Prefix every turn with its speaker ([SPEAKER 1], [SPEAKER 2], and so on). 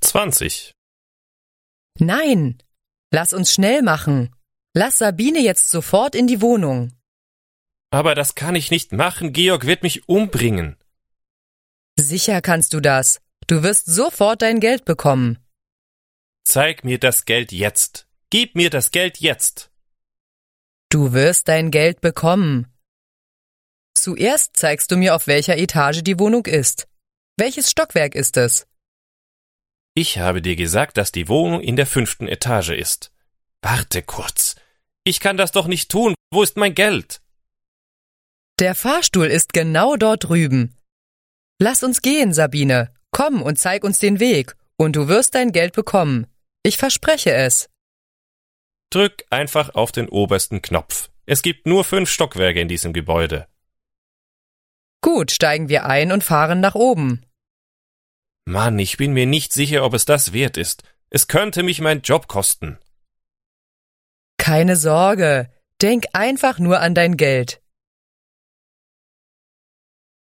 [SPEAKER 1] 20.
[SPEAKER 2] Nein! Lass uns schnell machen. Lass Sabine jetzt sofort in die Wohnung.
[SPEAKER 1] Aber das kann ich nicht machen. Georg wird mich umbringen.
[SPEAKER 2] Sicher kannst du das. Du wirst sofort dein Geld bekommen.
[SPEAKER 1] Zeig mir das Geld jetzt. Gib mir das Geld jetzt.
[SPEAKER 2] Du wirst dein Geld bekommen. Zuerst zeigst du mir, auf welcher Etage die Wohnung ist. Welches Stockwerk ist es?
[SPEAKER 1] Ich habe dir gesagt, dass die Wohnung in der fünften Etage ist. Warte kurz. Ich kann das doch nicht tun. Wo ist mein Geld?
[SPEAKER 2] Der Fahrstuhl ist genau dort drüben. Lass uns gehen, Sabine. Komm und zeig uns den Weg, und du wirst dein Geld bekommen. Ich verspreche es.
[SPEAKER 1] Drück einfach auf den obersten Knopf. Es gibt nur fünf Stockwerke in diesem Gebäude.
[SPEAKER 2] Gut, steigen wir ein und fahren nach oben.
[SPEAKER 1] Mann, ich bin mir nicht sicher, ob es das wert ist. Es könnte mich meinen Job kosten.
[SPEAKER 2] Keine Sorge. Denk einfach nur an dein Geld.